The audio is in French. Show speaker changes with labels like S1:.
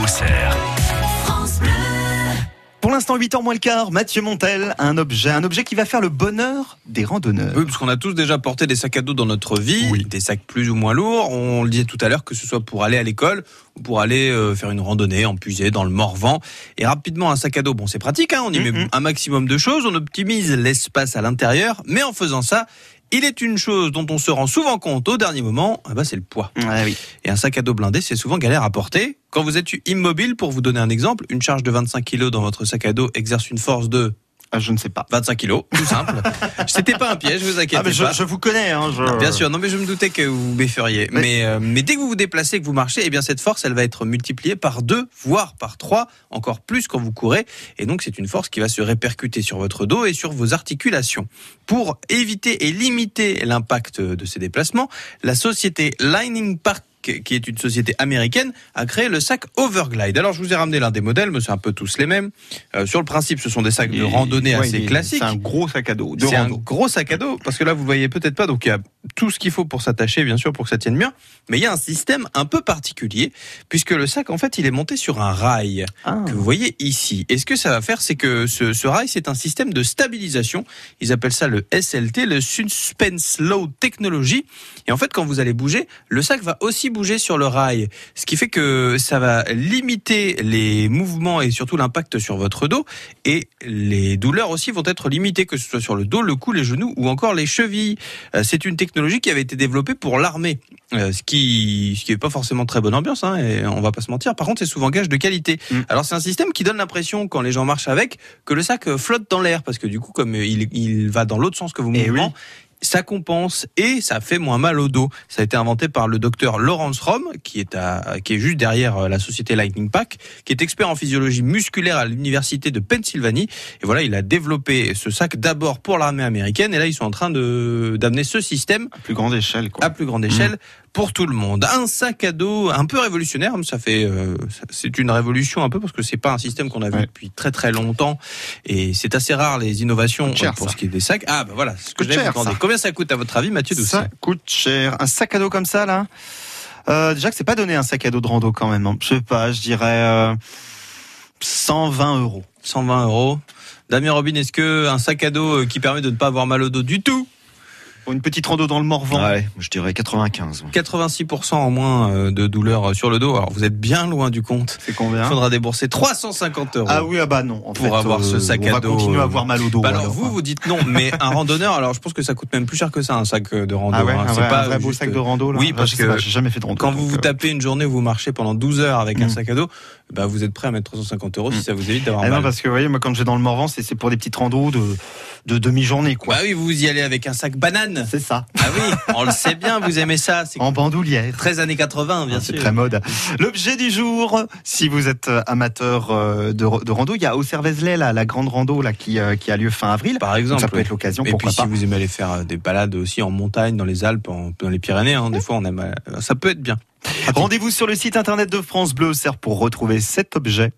S1: Auxerre.
S2: Pour l'instant, 8h moins le quart, Mathieu Montel, un objet, un objet qui va faire le bonheur des randonneurs.
S3: Oui, parce qu'on a tous déjà porté des sacs à dos dans notre vie, des sacs plus ou moins lourds. On le disait tout à l'heure, que ce soit pour aller à l'école ou pour aller euh, faire une randonnée en puisée dans le Morvan. Et rapidement, un sac à dos, bon, c'est pratique, hein, on y
S2: Mm,
S3: met
S2: mm.
S3: un maximum de choses, on optimise l'espace à l'intérieur, mais en faisant ça, il est une chose dont on se rend souvent compte au dernier moment, ah bah, c'est le poids.
S2: Ah oui.
S3: Et un sac à dos blindé, c'est souvent galère à porter. Quand vous êtes immobile, pour vous donner un exemple, une charge de 25 kg dans votre sac à dos exerce une force de
S2: Ah, je ne sais pas.
S3: 25 kilos, tout simple. C'était pas un piège, vous inquiétez
S2: Ah, mais je,
S3: pas. Ah,
S2: je vous connais. Hein, je-
S3: Bien sûr, non mais je me doutais que vous béferiez.
S2: Mais-
S3: Mais, euh, mais dès que vous vous déplacez, que vous marchez, eh bien cette force, elle va être multipliée par deux, voire par trois, encore plus quand vous courez. Et donc c'est une force qui va se répercuter sur votre dos et sur vos articulations. Pour éviter et limiter l'impact de ces déplacements, la société Lining Park qui est une société américaine, a créé le sac Overglide. Alors je vous ai ramené l'un des modèles, mais c'est un peu tous les mêmes. Euh, sur le principe, ce sont des sacs de
S2: Il-
S3: randonnée
S2: ouais,
S3: assez
S2: il-
S3: classiques.
S2: C'est un gros sac à dos de
S3: C'est un
S2: rando.
S3: gros sac à dos, parce que là, vous le voyez peut-être pas, donc il y a tout ce qu'il faut pour s'attacher, bien sûr, pour que ça tienne bien, mais il y a un système un peu particulier, puisque le sac, en fait, il est monté sur un rail
S2: Ah.
S3: que vous voyez ici. Et ce que ça va faire, c'est que ce, ce rail, c'est un système de stabilisation. Ils appellent ça le SLT, le Suspense Load Technology. Et en fait, quand vous allez bouger, le sac va aussi bouger sur le rail. Ce qui fait que ça va limiter les mouvements et surtout l'impact sur votre dos. Et les douleurs aussi vont être limitées, que ce soit sur le dos, le cou, les genoux ou encore les chevilles. Euh, C'est une technologie qui avait été développée pour l'armée. Euh, ce qui ce qui est pas forcément très bonne ambiance, hein, et on va pas se mentir. Par contre, c'est souvent gage de qualité.
S2: Mm.
S3: Alors c'est un système qui donne l'impression, quand les gens marchent avec, que le sac euh, flotte dans l'air, parce que du coup, comme euh, il, il va dans l'autre sens que vous
S2: Eh
S3: mouvement, ça compense et ça fait moins mal au dos. Ça a été inventé par le docteur Lawrence Rom, qui est, à, qui est juste derrière euh, la société Lightning Pack, qui est expert en physiologie musculaire à l'université de Pennsylvanie. Et voilà, il a développé ce sac d'abord pour l'armée américaine, et là ils sont en train de d'amener ce système
S2: À plus grande échelle, quoi.
S3: à plus grande échelle
S2: Mmh.
S3: pour tout le monde. Un sac à dos un peu révolutionnaire, mais ça fait euh, ça- c'est une révolution un peu parce que c'est pas un système qu'on a vu
S2: Ouais.
S3: depuis très très longtemps et c'est assez rare les innovations
S2: Coûte cher,
S3: euh, pour
S2: ça.
S3: ce qui est des sacs. Ah bah voilà, ce que
S2: Coûte
S3: j'allais vous
S2: cher,
S3: demander.
S2: ça.
S3: Combien ça coûte à votre avis Mathieu Doucet
S2: Ça coûte cher. Un sac à dos comme ça, là euh, Déjà que c'est pas donné un sac à dos de rando quand même. hein. Je sais pas, je dirais euh, 120 euros.
S3: 120 euros. Damien Robin, est-ce que un sac à dos euh, qui permet de ne pas avoir mal au dos du tout
S2: Pour une petite rando dans le Morvan.
S4: Ouais, je dirais 95. ouais.
S3: 86% en moins euh, de douleur euh, sur le dos. Alors vous êtes bien loin du compte.
S2: C'est
S3: Il
S2: combien
S3: faudra débourser 350 euros.
S2: Hein Ah oui, ah bah non. en
S3: Pour
S2: fait,
S3: avoir ce sac à
S2: on
S3: dos,
S2: va continuer
S3: euh,
S2: à avoir mal au dos.
S3: Bah alors,
S2: alors,
S3: vous,
S2: hein.
S3: vous dites non, mais un randonneur, alors je pense que ça coûte même plus cher que ça, un sac euh, de rando.
S2: Ah ouais,
S3: hein.
S2: un
S3: C'est
S2: vrai,
S3: pas
S2: un vrai beau
S3: juste,
S2: sac de
S3: euh,
S2: rando là.
S3: oui,
S2: Ah,
S3: parce
S2: je sais
S3: que
S2: pas, j'ai jamais fait de rando.
S3: Quand
S2: donc,
S3: vous vous
S2: euh,
S3: tapez une journée où vous marchez pendant 12 heures avec un
S2: Mm.
S3: sac à dos, bah vous êtes prêt à mettre 350 euros si
S2: Mm.
S3: ça vous évite d'avoir
S2: Ah non,
S3: mal.
S2: parce que vous voyez, moi quand je vais dans le Morvan, c'est c'est pour des petites randos de, de demi-journée quoi.
S3: Bah oui, vous y allez avec un sac banane.
S2: C'est ça,
S3: Ah oui, on le sait bien, vous aimez ça. C'est
S2: en bandoulière. Ah,
S3: 13 années 80, bien
S2: C'est
S3: sûr.
S2: très mode. L'objet du jour, si vous êtes euh, amateur euh, de, de rando, il y a Auxervezlay, là, la grande rando là, qui, euh, qui a lieu fin avril.
S3: Par exemple.
S2: ça peut
S3: oui.
S2: être l'occasion,
S3: Et puis
S2: pourquoi
S3: si
S2: pas.
S3: vous aimez aller faire euh, des balades aussi en montagne, dans les Alpes, en- dans les Pyrénées, hein, des fois on aime, euh, ça peut être bien.
S2: Rendez-vous sur le site internet de France Bleu Auxerre pour retrouver cet objet.